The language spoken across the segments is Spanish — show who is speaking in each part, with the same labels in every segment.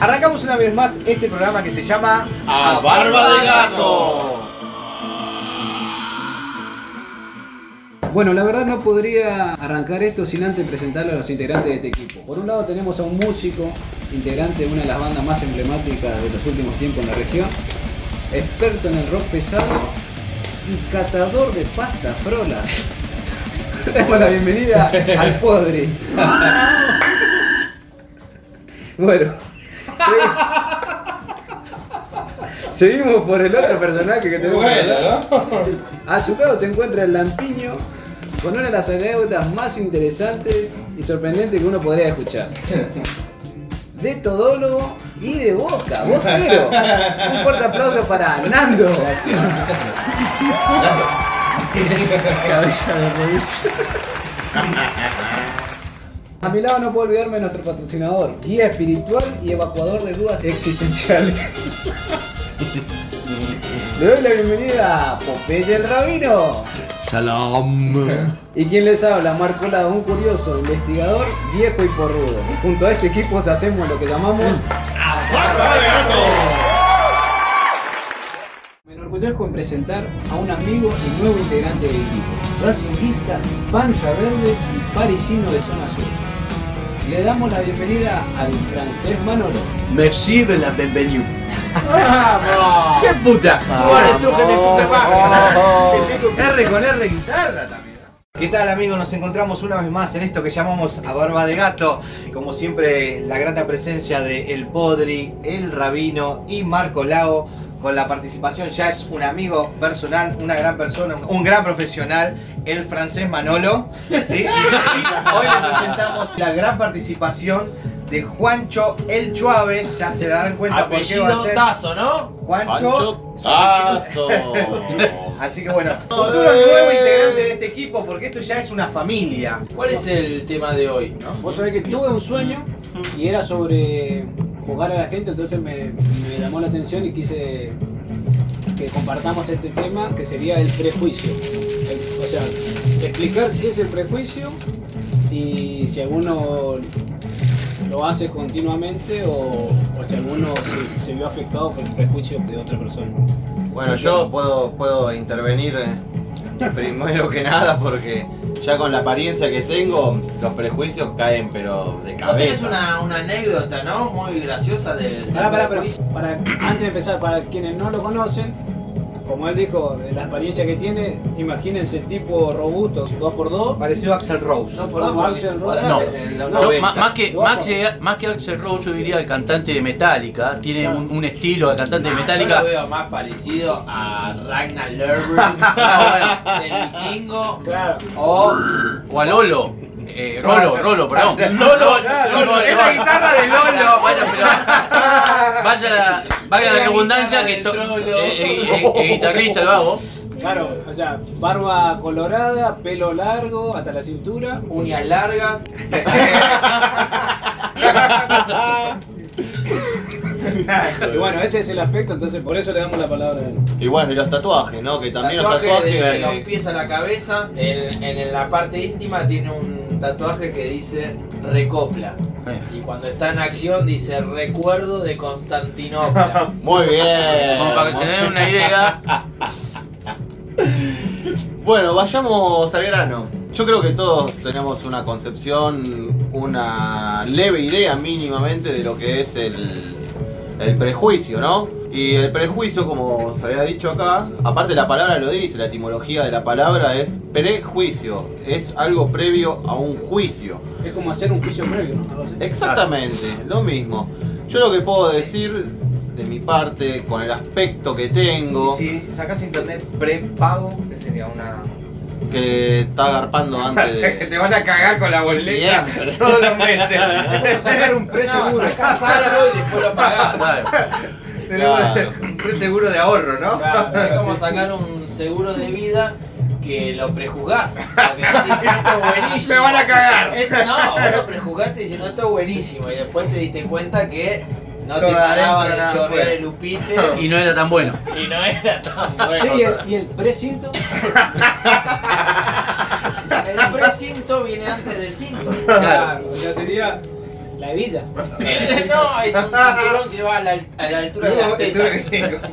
Speaker 1: Arrancamos una vez más este programa que se llama
Speaker 2: A Barba de Gato.
Speaker 3: Bueno, la verdad no podría arrancar esto sin antes presentarlo a los integrantes de este equipo. Por un lado tenemos a un músico, integrante de una de las bandas más emblemáticas de los últimos tiempos en la región, experto en el rock pesado y catador de pasta frola. Damos la bienvenida al Podri. Bueno, segui- seguimos por el otro personaje que tenemos.
Speaker 2: Bueno, ¿no?
Speaker 3: A su lado se encuentra el Lampiño con una de las anécdotas más interesantes y sorprendentes que uno podría escuchar. De todólogo y de boca, botero. Un fuerte aplauso para Nando. Cabeza de rodilla. A mi lado no puedo olvidarme de nuestro patrocinador, guía espiritual y evacuador de dudas existenciales. Le doy la bienvenida a Popeye el Rabino.
Speaker 4: Salam.
Speaker 3: ¿Y quién les habla? Marco Lado, un curioso investigador viejo y porrudo. Junto a este equipo hacemos lo que llamamos.
Speaker 2: ¡Barba de Gato!
Speaker 3: Me enorgullezco en presentar a un amigo y nuevo integrante del equipo. Racingista, panza verde y parisino de zona sur. Le damos la bienvenida al francés Manolo.
Speaker 4: Merci de la bienvenue.
Speaker 1: ¡Vamos!
Speaker 4: ¡Qué puta! Suárez Trujan de puta
Speaker 1: R con R guitarra también. ¿Qué tal amigos? Nos encontramos una vez más en esto que llamamos a Barba de Gato. Como siempre, la grata presencia de El Podri, El Rabino y Marco Lao. Con la participación ya es un amigo personal, una gran persona, un gran profesional, el francés Manolo. ¿sí? Y hoy le presentamos la gran participación de Juancho El Chuave. Ya se darán cuenta por qué va a ser
Speaker 5: Tazo, ¿no?
Speaker 1: Juancho
Speaker 2: ¡Tazo!
Speaker 1: Así que bueno, futuro nuevo integrante de este equipo, porque esto ya es una familia.
Speaker 5: ¿Cuál es el tema de hoy? ¿no?
Speaker 3: Vos sabés que tuve un sueño y era sobre jugar a la gente, entonces me, me llamó la atención y quise que compartamos este tema que sería el prejuicio. El- o sea, explicar qué es el prejuicio y si alguno lo hace continuamente o, o si alguno se, se vio afectado por el prejuicio de otra persona.
Speaker 6: Bueno, yo puedo, puedo intervenir eh, primero que nada porque ya con la apariencia que tengo, los prejuicios caen pero de
Speaker 5: Vos tenés
Speaker 6: cabeza.
Speaker 5: una, una anécdota, ¿no? Muy graciosa del. del
Speaker 3: Pará, pará, pará.
Speaker 5: prejuicio.
Speaker 3: Para, antes de empezar, para quienes no lo conocen, como él dijo, de la apariencia que tiene, imagínense tipo robusto, 2x2.
Speaker 1: Parecido a Axel Rose.
Speaker 5: No, por dos,
Speaker 3: Como
Speaker 5: porque
Speaker 3: Axl
Speaker 5: es un
Speaker 3: Rose.
Speaker 5: cuadrado.
Speaker 3: en- en la
Speaker 1: No,
Speaker 4: Yo,
Speaker 1: venga.
Speaker 4: ma- más, que,
Speaker 3: No,
Speaker 4: más,
Speaker 3: no.
Speaker 4: que, más que Axel Rose, yo diría el cantante de Metallica. Tiene
Speaker 3: Claro.
Speaker 4: un, un estilo de cantante de
Speaker 5: Ah,
Speaker 4: Metallica.
Speaker 5: Yo lo veo más parecido a Ragnar Lorbrook del vikingo
Speaker 3: Claro.
Speaker 4: O, o a Lolo. Eh, Rolo, Rolo, perdón.
Speaker 1: claro, es la guitarra de Lolo.
Speaker 4: Bueno, pero. Vaya la, valga
Speaker 5: Es
Speaker 4: la
Speaker 5: la
Speaker 4: redundancia
Speaker 5: guitarra
Speaker 4: que
Speaker 5: del
Speaker 4: to-
Speaker 5: Rolo.
Speaker 4: eh, eh, eh, eh, guitarrista lo hago.
Speaker 3: Claro, o sea, barba colorada, pelo largo hasta la cintura.
Speaker 5: uñas largas.
Speaker 3: Y bueno, ese es el aspecto, entonces por eso le damos la palabra a él.
Speaker 6: Y bueno, y los tatuajes, ¿no? Que también
Speaker 5: tatuaje
Speaker 6: los tatuajes...
Speaker 5: desde los
Speaker 6: eh,
Speaker 5: pies a la cabeza. En, en la parte íntima tiene un tatuaje que dice recopla. Y cuando está en acción dice recuerdo de Constantinopla.
Speaker 6: Muy bien.
Speaker 4: Como para que se den una idea.
Speaker 6: Bueno, vayamos al grano. Yo creo que todos tenemos una concepción, una leve idea mínimamente de lo que es el, el prejuicio, ¿no? Y el prejuicio, como se había dicho acá, aparte la palabra lo dice, la etimología de la palabra es prejuicio, es algo previo a un juicio.
Speaker 3: Es como hacer un juicio previo, ¿no? Algo así.
Speaker 6: Exactamente, lo mismo. Yo lo que puedo decir de mi parte, con el aspecto que tengo,
Speaker 1: Y si sacas internet prepago, que sería una.
Speaker 6: que está garpando antes
Speaker 1: Que
Speaker 6: de...
Speaker 1: te van a cagar con la boleta
Speaker 6: Eh. Siempre.
Speaker 1: todos los meses.
Speaker 3: Vamos a sacar un preseguro.
Speaker 5: No, sacás algo y después lo pagás.
Speaker 4: Claro.
Speaker 1: Tenemos
Speaker 6: Claro.
Speaker 1: un preseguro de ahorro, ¿no?
Speaker 3: Claro,
Speaker 5: Es como
Speaker 3: sí.
Speaker 5: sacar un seguro de vida que lo prejuzgás. Porque decís, esto es buenísimo.
Speaker 1: Me van a cagar.
Speaker 5: Esto- no, vos lo prejuzgaste diciendo esto es buenísimo. Y después te diste cuenta que No te
Speaker 1: Todo
Speaker 5: paraba
Speaker 1: adentro, nada
Speaker 5: de chorrear
Speaker 1: afuera.
Speaker 5: el upite
Speaker 4: Y no era tan bueno.
Speaker 5: y no era tan
Speaker 3: Che,
Speaker 5: bueno.
Speaker 3: ¿y el, y el precinto?
Speaker 5: El precinto viene antes del cinto.
Speaker 4: Claro.
Speaker 3: o sea, sería la vida.
Speaker 5: Eh, No, es un cinturón que va a la, al- a la altura de las tetas.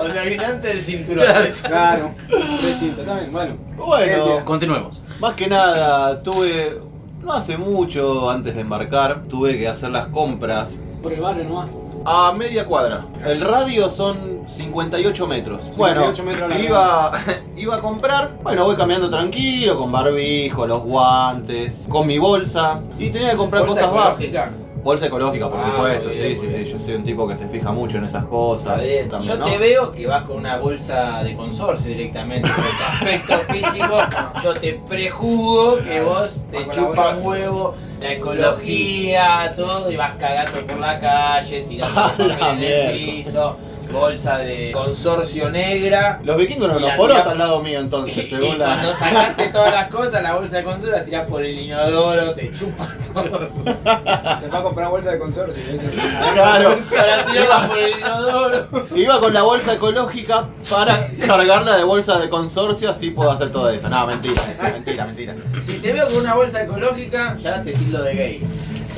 Speaker 5: O sea, viene antes del cinturón.
Speaker 3: Claro, precinto también, bueno.
Speaker 6: Bueno,
Speaker 4: Continuemos.
Speaker 6: Más que nada, tuve. No hace mucho antes de embarcar, tuve que hacer las compras
Speaker 3: Por el barrio nomás.
Speaker 6: a media cuadra. El radio son 58 metros. Bueno,
Speaker 3: 58 metros a la
Speaker 6: iba, iba a comprar. Bueno, voy caminando tranquilo, con barbijo, los guantes, con mi bolsa. Y tenía que comprar
Speaker 5: Bolsa
Speaker 6: cosas básicas.
Speaker 5: ecológica.
Speaker 6: Bolsa ecológica, por
Speaker 5: Ah,
Speaker 6: supuesto.
Speaker 5: muy
Speaker 6: sí,
Speaker 5: bien,
Speaker 6: sí,
Speaker 5: muy
Speaker 6: sí.
Speaker 5: bien.
Speaker 6: Yo soy un tipo que se fija mucho en esas
Speaker 5: Está
Speaker 6: cosas.
Speaker 5: bien.
Speaker 6: también,
Speaker 5: Yo
Speaker 6: ¿no?
Speaker 5: te veo que vas con una bolsa de consorcio directamente. Porque aspecto físico, yo te prejuzgo que vos te chupa un huevo la ecología, todo, y vas cagando por la calle, tirando
Speaker 6: Ah,
Speaker 5: papel
Speaker 6: la
Speaker 5: en
Speaker 6: mierda.
Speaker 5: el piso, bolsa de consorcio negra.
Speaker 6: Los vikingos no
Speaker 5: Y
Speaker 6: los
Speaker 5: la
Speaker 6: porotan
Speaker 5: tira-
Speaker 6: al lado mío
Speaker 5: Y,
Speaker 6: entonces,
Speaker 5: y
Speaker 6: según la.
Speaker 5: cuando sacaste todas las cosas, la bolsa de consorcio la tirás por el inodoro, te chupa todo.
Speaker 3: Se va a comprar bolsa de consorcio. ¿viste?
Speaker 6: Claro.
Speaker 5: Para tirarla por el inodoro.
Speaker 6: Iba con la bolsa ecológica para cargarla de bolsa de consorcio, así puedo hacer todo eso. No, mentira, mentira, mentira.
Speaker 5: Si te veo con una bolsa ecológica, ya te tildo de gay.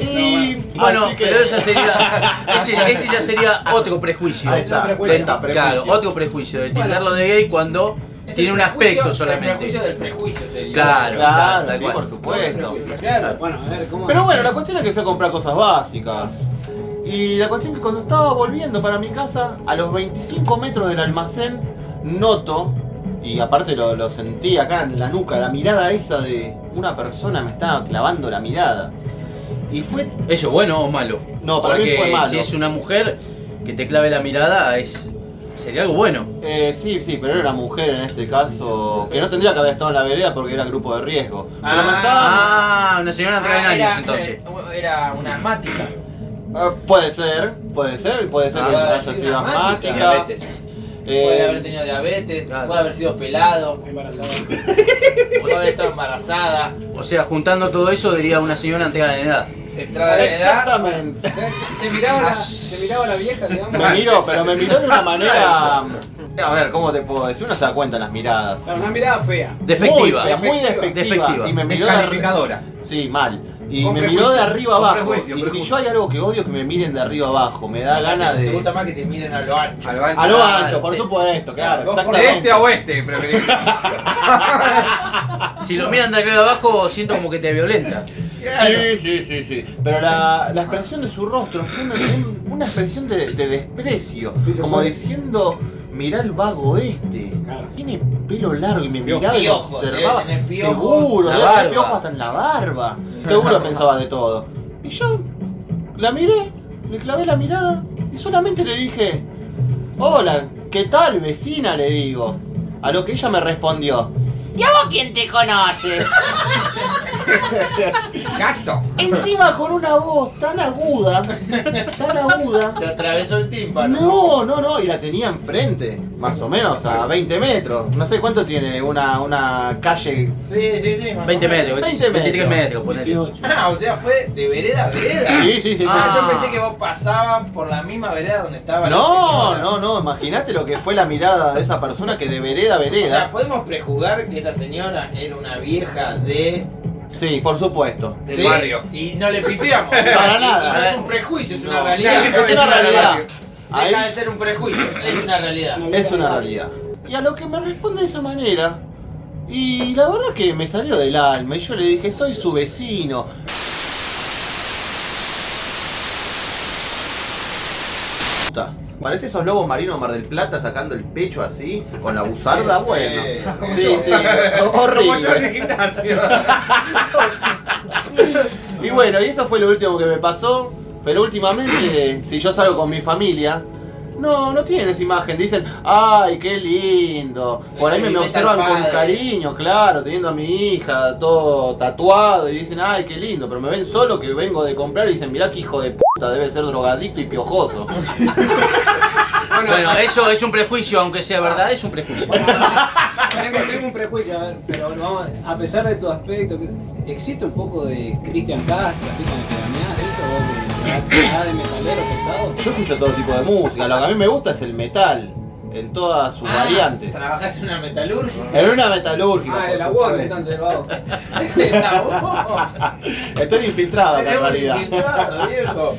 Speaker 6: Y
Speaker 4: Bueno,
Speaker 6: así que-
Speaker 4: Ah, pero eso sería. Ese, ese ya sería otro prejuicio.
Speaker 6: Ahí está,
Speaker 3: Otro
Speaker 4: De-
Speaker 3: prejuicio.
Speaker 6: ahí está, prejuicio.
Speaker 4: Claro, otro prejuicio. De tildarlo de gay cuando tiene un aspecto
Speaker 5: El prejuicio
Speaker 4: solamente.
Speaker 5: del prejuicio sería. Ah,
Speaker 4: Claro,
Speaker 6: Claro,
Speaker 4: tal
Speaker 6: sí,
Speaker 4: cual.
Speaker 6: por supuesto.
Speaker 5: Claro.
Speaker 3: Bueno, a ver, ¿cómo?
Speaker 6: Pero bueno, la cuestión es que fui a comprar cosas básicas. Y la cuestión es que cuando estaba volviendo para mi casa, a los 25 metros del almacén, noto, y aparte lo, lo sentí acá en la nuca, la mirada esa de una persona me estaba clavando la mirada. Y fue
Speaker 4: ¿Eso es bueno o malo?
Speaker 6: No, para mí
Speaker 4: Porque
Speaker 6: fue malo.
Speaker 4: si es una mujer que te clave la mirada, es sería algo bueno.
Speaker 6: Eh, sí, sí, pero era una mujer en este caso, que no tendría que haber estado en la vereda porque era grupo de riesgo. Pero me estaba-
Speaker 4: Ah, una señora de 30 años entonces.
Speaker 5: era, era una asmática.
Speaker 6: Ah, puede ser, puede ser, puede ser que
Speaker 5: Ah,
Speaker 6: haya
Speaker 5: sí,
Speaker 6: sido
Speaker 5: una
Speaker 6: asmática.
Speaker 1: Diabetes.
Speaker 6: eh,
Speaker 5: Puede haber tenido diabetes,
Speaker 4: Claro.
Speaker 5: puede haber sido pelado,
Speaker 3: Embarazada.
Speaker 5: puede haber estado embarazada,
Speaker 4: O sea, juntando todo eso diría una señora entregada en edad.
Speaker 5: entrada de edad.
Speaker 6: Exactamente.
Speaker 3: Te miraba, la, te miraba la vieja, digamos.
Speaker 6: Me miró, pero me miró de una manera. A ver, ¿cómo te puedo decir? Uno se da cuenta en las miradas.
Speaker 3: Claro, una mirada fea.
Speaker 4: Despectiva.
Speaker 6: Muy, fea, muy despectiva.
Speaker 4: Despectiva.
Speaker 6: Y me miró de arriba.
Speaker 1: Descalificadora.
Speaker 6: Sí, mal. Y
Speaker 1: Con
Speaker 6: me miró de
Speaker 1: prejuicio,
Speaker 6: arriba
Speaker 1: con
Speaker 6: abajo.
Speaker 1: prejuicio,
Speaker 6: Y si
Speaker 1: prejuicio.
Speaker 6: yo hay algo que odio es que me miren de arriba abajo. Me da ganas
Speaker 5: Te
Speaker 6: de.
Speaker 5: gusta más que te miren a lo ancho.
Speaker 1: Al banco.
Speaker 6: A lo
Speaker 4: Claro,
Speaker 6: ancho, por
Speaker 4: sí.
Speaker 6: supuesto, claro,
Speaker 1: Vos por
Speaker 6: exactamente.
Speaker 1: este a oeste, preferís.
Speaker 4: Si lo miran de arriba abajo, siento como que te violenta.
Speaker 6: Sí, sí, sí, sí. Pero la, la expresión de su rostro fue una, un- una expresión de, de desprecio.
Speaker 3: Sí, se
Speaker 6: Como
Speaker 3: puede.
Speaker 6: diciendo, mirá el vago este.
Speaker 3: Claro.
Speaker 6: Tiene pelo largo y me
Speaker 1: Piojo.
Speaker 6: miraba y me
Speaker 5: Piojo,
Speaker 6: observaba.
Speaker 5: debe tener piojo.
Speaker 6: Seguro,
Speaker 4: La
Speaker 6: debe tener
Speaker 4: barba.
Speaker 6: piojo hasta en la barba. Seguro pensaba de todo. Y yo la miré, le clavé la mirada y solamente le dije, hola, ¿qué tal vecina? Le digo. A lo que ella me respondió. ¿Y a vos quién te conoce?
Speaker 1: Gato.
Speaker 6: Encima con una voz tan aguda, tan aguda.
Speaker 5: Te atravesó el tímpano.
Speaker 6: No, no, no, y la tenía enfrente, más o menos, a 20 metros. No sé cuánto tiene una, una calle.
Speaker 5: Sí, sí, sí. más o
Speaker 4: 20
Speaker 5: menos.
Speaker 4: metros,
Speaker 6: 20
Speaker 4: 23 metros, ponele.
Speaker 3: 18.
Speaker 5: Ah, o sea, fue de vereda a vereda.
Speaker 6: Sí, sí, sí.
Speaker 5: Ah,
Speaker 4: Ah.
Speaker 5: yo pensé que vos pasabas por la misma vereda donde estaba la
Speaker 6: No,
Speaker 5: señora.
Speaker 6: no, no, imagínate lo que fue la mirada de esa persona que de vereda a
Speaker 5: O sea,
Speaker 6: vereda.
Speaker 5: podemos prejugar que esa señora era una vieja de.
Speaker 6: Sí, por supuesto.
Speaker 1: Del
Speaker 5: sí,
Speaker 1: barrio.
Speaker 5: Y no le pifiamos.
Speaker 6: Para
Speaker 5: Y-
Speaker 6: nada.
Speaker 5: y no es un prejuicio, es una
Speaker 1: No.
Speaker 5: realidad.
Speaker 1: Claro,
Speaker 6: Es una realidad. Ahí
Speaker 5: Deja de ser un prejuicio, es una realidad.
Speaker 6: es una realidad. Y a lo que me responde de esa manera, y la verdad que me salió del alma, y yo le dije, soy su vecino. Puta, Parece esos lobos marinos Mar del Plata sacando el pecho así, con la buzarda,
Speaker 5: Sí,
Speaker 6: bueno.
Speaker 5: como
Speaker 6: Sí,
Speaker 5: yo.
Speaker 6: sí,
Speaker 1: Como yo en el
Speaker 6: horrible.
Speaker 1: gimnasio.
Speaker 6: Y bueno, y eso fue lo último que me pasó, pero últimamente, si yo salgo con mi familia, no, no tienen esa imagen, dicen, ay, qué lindo. Por ahí me, me
Speaker 5: Meta
Speaker 6: observan
Speaker 5: al
Speaker 6: con
Speaker 5: padre.
Speaker 6: cariño, claro, teniendo a mi hija todo tatuado y dicen, ay, qué lindo, pero me ven solo que vengo de comprar y dicen, mirá qué hijo de puta, debe ser drogadicto y piojoso.
Speaker 4: Bueno, eso es un prejuicio, aunque sea verdad, es un prejuicio.
Speaker 3: Tengo, tengo un prejuicio, a ver, pero vamos, a pesar de tu aspecto, ¿existe un poco de Christian Castro, así como que bañás eso? o Nada de metalero pesado.
Speaker 6: Yo escucho todo tipo de música, lo que a mí me gusta es el metal, en todas
Speaker 3: Ah,
Speaker 6: sus variantes.
Speaker 5: Ah, Trabajás en una metalúrgica.
Speaker 6: En una metalúrgica.
Speaker 3: Ah,
Speaker 6: por
Speaker 3: el la
Speaker 6: supuesto.
Speaker 3: Warner están salvados.
Speaker 6: Estoy infiltrado acá en
Speaker 5: Tenemos
Speaker 6: realidad.
Speaker 5: infiltrado, viejo.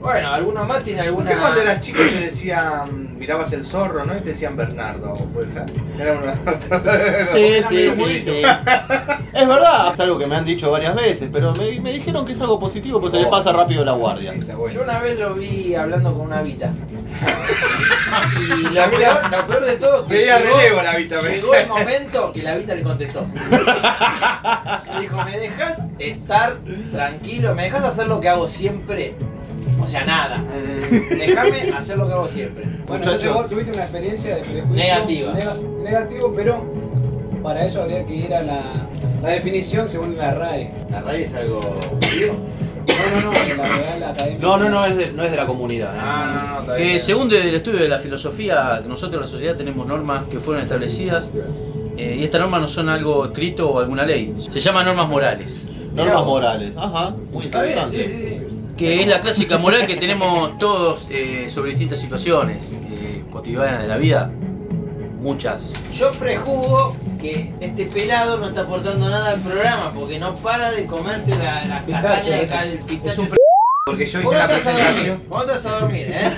Speaker 5: Bueno, ¿alguno más tiene alguna?
Speaker 1: ¿Qué cuando eras chico te decían, mirabas el zorro, ¿no? Y te decían Bernardo, puede ser. Era una...
Speaker 6: Sí, sí, sí, sí. Es verdad, es algo que me han dicho varias veces, pero me, me dijeron que es algo positivo porque se les pasa rápido la guardia.
Speaker 1: Sí, está
Speaker 5: Pues Yo
Speaker 1: bueno.
Speaker 5: una vez lo vi hablando con una Vita. Y lo peor, lo peor de todo que
Speaker 1: Veía
Speaker 5: llegó,
Speaker 1: relevo la Vita, me-
Speaker 5: llegó el momento que la Vita le contestó. Me dijo, ¿me dejas estar tranquilo? ¿Me dejas hacer lo que hago siempre? O sea, nada. Déjame hacer lo que hago siempre.
Speaker 3: Bueno, entonces
Speaker 6: Muchachos.
Speaker 3: vos tuviste una experiencia de prejuicio
Speaker 5: Negativa.
Speaker 3: nega- negativo, pero para eso habría que ir a la, la definición según la RAE.
Speaker 5: La radio es algo judío.
Speaker 3: No, no, no, la Real Academia.
Speaker 6: No, no, no es de, no es de la comunidad. ¿eh?
Speaker 5: Ah, no, no, todavía.
Speaker 4: Eh,
Speaker 5: no.
Speaker 4: según el estudio de la filosofía, nosotros la sociedad tenemos normas que fueron establecidas eh, y estas normas no son algo escrito o alguna ley. Se llaman normas morales,
Speaker 6: Normas morales. Ajá, muy
Speaker 5: Está bien,
Speaker 6: interesante.
Speaker 5: sí, sí, sí.
Speaker 4: que es la clásica moral que tenemos todos eh, sobre distintas situaciones eh, cotidianas de la vida. Muchas.
Speaker 5: Yo prejuzgo que este pelado no está aportando nada al programa porque no para de comerse la, la
Speaker 3: Pistacho,
Speaker 5: castaña de
Speaker 3: ¿no?
Speaker 5: cal pistacho.
Speaker 1: ¿eh? Es un pre- Porque yo
Speaker 5: Vos
Speaker 1: hice
Speaker 5: no
Speaker 1: la
Speaker 5: te vas a dormir,
Speaker 1: presentación.
Speaker 5: vos no te vas a dormir, eh.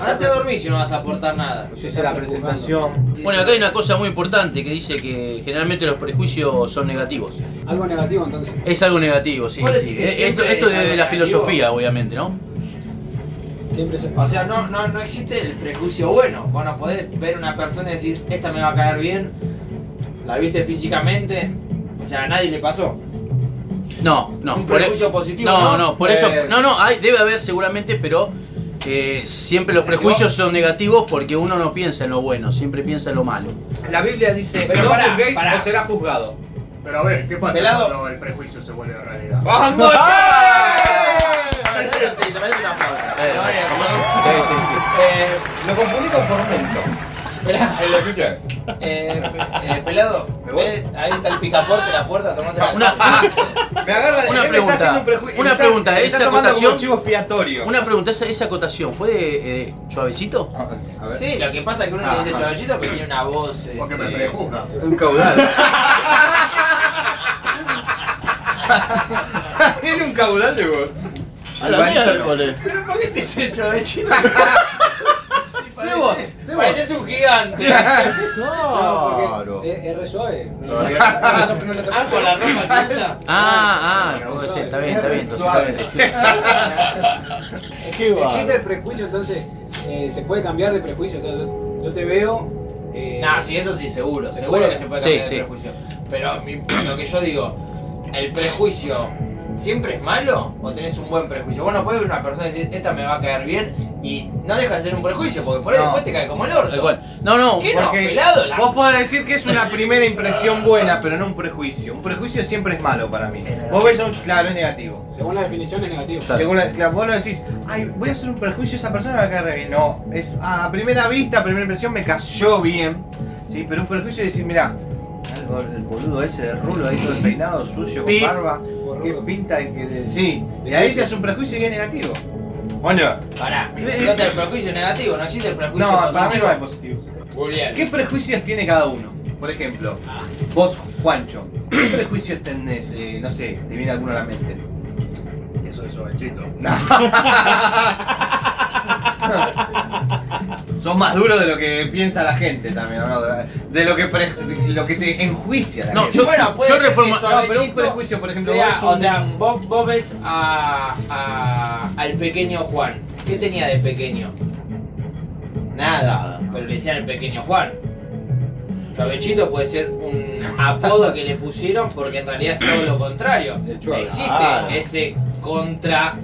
Speaker 5: Andate a dormir si no vas a aportar nada.
Speaker 1: Yo hice la presentación.
Speaker 4: Bueno, acá hay una cosa muy importante que dice que generalmente los prejuicios son negativos.
Speaker 3: Algo negativo entonces.
Speaker 4: Es algo negativo, sí.
Speaker 5: ¿Vos decís
Speaker 4: sí.
Speaker 5: que
Speaker 4: Eh, Esto,
Speaker 5: siempre
Speaker 4: esto
Speaker 5: es
Speaker 4: de
Speaker 5: algo
Speaker 4: la
Speaker 5: negativo?
Speaker 4: filosofía, obviamente, ¿no?
Speaker 3: Siempre se
Speaker 5: O sea, no, no, no existe el prejuicio bueno. Vos no podés ver una persona y decir, esta me va a caer bien. La viste físicamente. O sea, a nadie le pasó.
Speaker 4: No, no.
Speaker 5: Un
Speaker 4: por e-
Speaker 5: prejuicio positivo,
Speaker 4: No,
Speaker 5: ¿no?
Speaker 4: no, por
Speaker 1: Eh,
Speaker 4: eso. No, no, hay, debe haber seguramente, pero eh, siempre los
Speaker 5: ¿Se llevó?
Speaker 4: prejuicios son negativos porque uno no piensa en lo bueno, siempre piensa en lo malo.
Speaker 1: La Biblia dice,
Speaker 5: Pero
Speaker 1: no
Speaker 5: pará,
Speaker 1: juzguéis
Speaker 5: pará.
Speaker 1: o será juzgado.
Speaker 7: Pero a ver, ¿qué pasa
Speaker 5: Pelado.
Speaker 7: cuando el prejuicio se vuelve realidad?
Speaker 5: ¡Vamos,
Speaker 6: Sí, te merece una aplauso.
Speaker 4: Eh, sí, sí, sí.
Speaker 1: Lo confundí con Formento.
Speaker 5: Eh, pe- eh, pelado, ¿ves? ahí está el picaporte en la puerta, tomate la
Speaker 4: Una, una-
Speaker 1: Me agarra de
Speaker 4: Una
Speaker 1: él me Está
Speaker 4: pregunta.
Speaker 1: haciendo un prejuicio.
Speaker 4: Una pregunta,
Speaker 1: me está
Speaker 4: ¿esa
Speaker 1: tomando como
Speaker 4: acotación-
Speaker 1: chivo expiatorio.
Speaker 4: una pregunta, esa, esa acotación, ¿fue eh, suavecito?
Speaker 1: A ver.
Speaker 5: Sí, lo que pasa es que uno
Speaker 7: Ah,
Speaker 5: le dice chavallito que tiene una voz.
Speaker 7: Porque me
Speaker 5: este,
Speaker 7: prejuzga.
Speaker 4: Un caudal.
Speaker 1: Tiene un caudal de voz.
Speaker 6: A la miércoles.
Speaker 5: ¿Pero por qué te dice chavallito? sé vos, Ah,
Speaker 3: sé vos.
Speaker 5: pareces un gigante.
Speaker 6: Claro.
Speaker 3: Es, es re suave. No,
Speaker 7: Claro.
Speaker 3: no, no, no, no.
Speaker 5: Ah, con la ropa que usa.
Speaker 4: Ah, ah, puede ser, está bien, está bien. entonces, está bien.
Speaker 6: Qué
Speaker 3: Existe
Speaker 6: bárbaro.
Speaker 3: el prejuicio, entonces eh, se puede cambiar de prejuicio. Entonces, yo te veo. Eh,
Speaker 5: Nah, sí, eso sí, seguro.
Speaker 3: Se
Speaker 5: Seguro
Speaker 3: puede.
Speaker 5: que se puede
Speaker 4: Sí,
Speaker 5: cambiar
Speaker 4: sí.
Speaker 5: el prejuicio. Pero mi- lo que yo digo, ¿el prejuicio siempre es malo o tenés un buen prejuicio? Vos no podés ver una persona y decir, esta me va a caer bien y no deja de ser un prejuicio porque por ahí
Speaker 1: No.
Speaker 5: después te cae como el orto.
Speaker 4: Tal cual. No, no,
Speaker 5: ¿Qué no? Pelado, la-
Speaker 1: Vos podés decir que es una primera impresión buena, pero no un prejuicio. Un prejuicio siempre es malo para mí. Vos ves a un. Claro, es negativo.
Speaker 3: Según la definición es negativo.
Speaker 1: Según la, claro, vos no decís, ay, voy a hacer un prejuicio, esa persona me va a caer re bien. No, es a primera vista, a primera impresión me cayó bien. Sí, pero un prejuicio es decir, mirá, algo- el boludo ese de rulo ahí todo despeinado, sucio, con
Speaker 4: Pi-
Speaker 1: barba, qué
Speaker 3: Borrudo.
Speaker 1: pinta que de- sí. Y ahí se hace un prejuicio y es negativo. Bueno,
Speaker 5: Pará, entonces el prejuicio es negativo, no existe el prejuicio
Speaker 1: no, para mí
Speaker 5: positivo.
Speaker 1: no hay positivos.
Speaker 5: Julián.
Speaker 1: ¿Qué prejuicios tiene cada uno? Por ejemplo, vos, Juancho, ¿qué prejuicios tenés? Eh, no sé, ¿te viene alguno a la mente?
Speaker 7: Eso es suavechito.
Speaker 1: Son más duros de lo que piensa la gente también, ¿no? De lo que, pre- de lo que te enjuicia la
Speaker 4: No,
Speaker 1: gente.
Speaker 4: yo-
Speaker 5: bueno, puede ser
Speaker 4: reforma-
Speaker 5: que
Speaker 1: No, pero un
Speaker 5: Suavecito
Speaker 1: prejuicio, por ejemplo,
Speaker 5: sea-
Speaker 1: vos ves un-
Speaker 5: o sea, vos, vos ves a, a- al pequeño Juan. ¿Qué tenía de pequeño? Nada, pero le decían el pequeño Juan. Chavechito puede ser un apodo que le pusieron porque en realidad es todo lo contrario.
Speaker 1: El chueco.
Speaker 5: Existe
Speaker 6: Claro.
Speaker 5: ese contra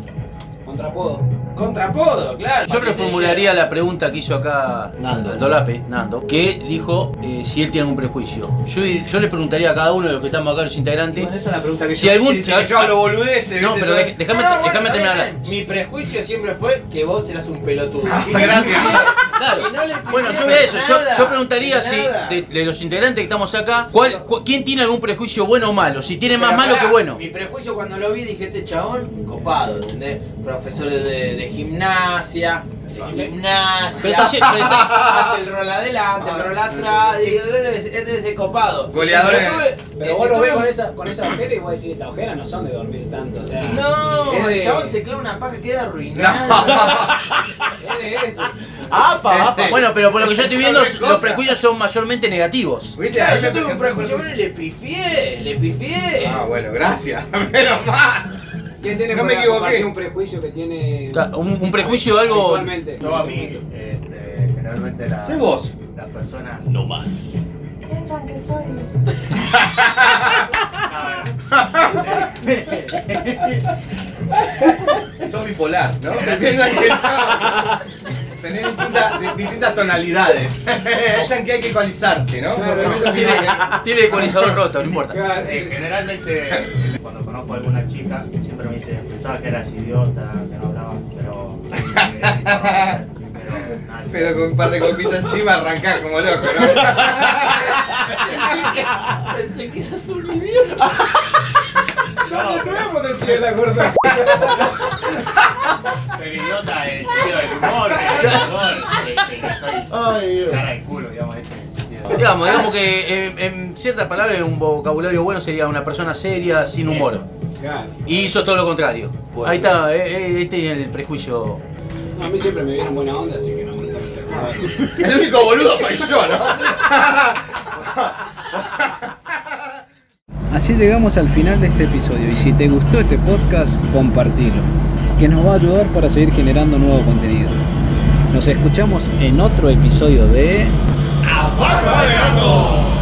Speaker 3: Contrapodo.
Speaker 5: Contrapodo, claro.
Speaker 4: Yo reformularía la pregunta que hizo acá
Speaker 1: Nando.
Speaker 4: Aldo Lape, Nando, que dijo eh, si él tiene un prejuicio. Yo, yo le preguntaría a cada uno de los que estamos acá, los integrantes.
Speaker 1: Bueno, esa es la pregunta que
Speaker 4: Si
Speaker 1: yo
Speaker 4: algún-
Speaker 1: si dice que yo hablo boludeces.
Speaker 4: No,
Speaker 1: ¿viste?
Speaker 4: pero dej-
Speaker 5: No,
Speaker 4: déjame
Speaker 5: no, bueno,
Speaker 4: déjame
Speaker 5: está bien,
Speaker 4: terminar
Speaker 5: está
Speaker 4: la.
Speaker 5: bien. Mi prejuicio siempre fue que vos eras un pelotudo.
Speaker 3: Ah,
Speaker 5: "Ah,
Speaker 1: Gracias.
Speaker 4: Claro.
Speaker 5: Y no le pidiera
Speaker 4: Bueno, yo veo eso. Yo,
Speaker 5: nada,
Speaker 4: yo preguntaría si
Speaker 5: nada.
Speaker 4: de, de los integrantes que estamos acá, ¿cuál, cu- ¿quién tiene algún prejuicio bueno o malo? Si tiene más
Speaker 5: Pero
Speaker 4: malo
Speaker 5: pará,
Speaker 4: que bueno.
Speaker 5: Mi prejuicio cuando lo vi dije, este chabón, copado, ¿entendés? Profesor de, de- de gimnasia, de
Speaker 4: Pero
Speaker 5: gimnasia.
Speaker 4: está lleno- pero está-
Speaker 5: Hace el rol adelante, el rol atrás, digo, este es- este es el copado.
Speaker 1: Goleador
Speaker 5: Pero
Speaker 1: en-
Speaker 5: tuve-
Speaker 3: eh. Pero vos
Speaker 5: este,
Speaker 3: lo ves
Speaker 5: tuve-
Speaker 3: con esa, con esa ojera y vos decís, estas ojeras no son de dormir tanto, o sea.
Speaker 5: No,
Speaker 3: es de-
Speaker 5: el chabón se clava una paja, queda arruinado.
Speaker 3: es de esto.
Speaker 6: ¡Apa, apa!
Speaker 4: Ah, Bueno, pero por lo que yo estoy viendo,
Speaker 1: Sobre
Speaker 4: los
Speaker 1: contra.
Speaker 4: prejuicios son mayormente negativos.
Speaker 1: ¿Viste?
Speaker 5: Claro,
Speaker 1: Ahí
Speaker 5: yo
Speaker 1: me
Speaker 5: tuve
Speaker 1: pescaste
Speaker 5: un prejuicio,
Speaker 1: prejuicio.
Speaker 5: bueno, le pifié, le pifié.
Speaker 1: Ah, bueno, gracias. Menos mal.
Speaker 3: ¿Quién tiene
Speaker 1: No me
Speaker 3: para
Speaker 1: equivoqué.
Speaker 3: compartir un prejuicio que tiene.
Speaker 4: Claro, Un, un prejuicio algo.
Speaker 3: habitualmente?
Speaker 7: Yo a mí, este, generalmente la-
Speaker 1: Sé vos.
Speaker 7: las personas...
Speaker 2: No más.
Speaker 8: Piensan que soy
Speaker 1: Sos bipolar, ¿no? Depende de que Tenés distinta- de- distintas tonalidades. Piensan que hay que ecualizarte, ¿no?
Speaker 3: Claro,
Speaker 1: Porque
Speaker 3: eso es lo que
Speaker 1: tiene que-
Speaker 4: Tiene el ecualizador roto, no importa.
Speaker 3: Claro,
Speaker 7: Eh, generalmente, cuando conozco a alguna chica, siempre me dice, pensaba que eras idiota, que no hablabas, pero... eh, pero, nada,
Speaker 1: Pero con un par de copitas encima arrancás como loco, ¿no?
Speaker 5: Pensé que eras un idiota.
Speaker 3: No, no, no es potencial la gorda.
Speaker 7: Pero idiota en el sentido del humor, que el humor, que, que soy
Speaker 6: Ay, Dios.
Speaker 7: cara de culo, digamos, ese es el sentido.
Speaker 4: Digamos, digamos que en, en ciertas palabras un vocabulario bueno sería una persona seria, sin humor.
Speaker 7: Eso.
Speaker 3: Claro.
Speaker 4: Y hizo todo lo contrario. Ahí está, eh, eh, este tiene el prejuicio.
Speaker 3: A mí siempre me vieron buena onda, así que no me molesta.
Speaker 1: El único boludo soy yo, ¿no?
Speaker 9: Así llegamos al final de este episodio y si te gustó este podcast, compartilo, que nos va a ayudar para seguir generando nuevo contenido. Nos escuchamos en otro episodio de...
Speaker 6: ¡Barba de gato!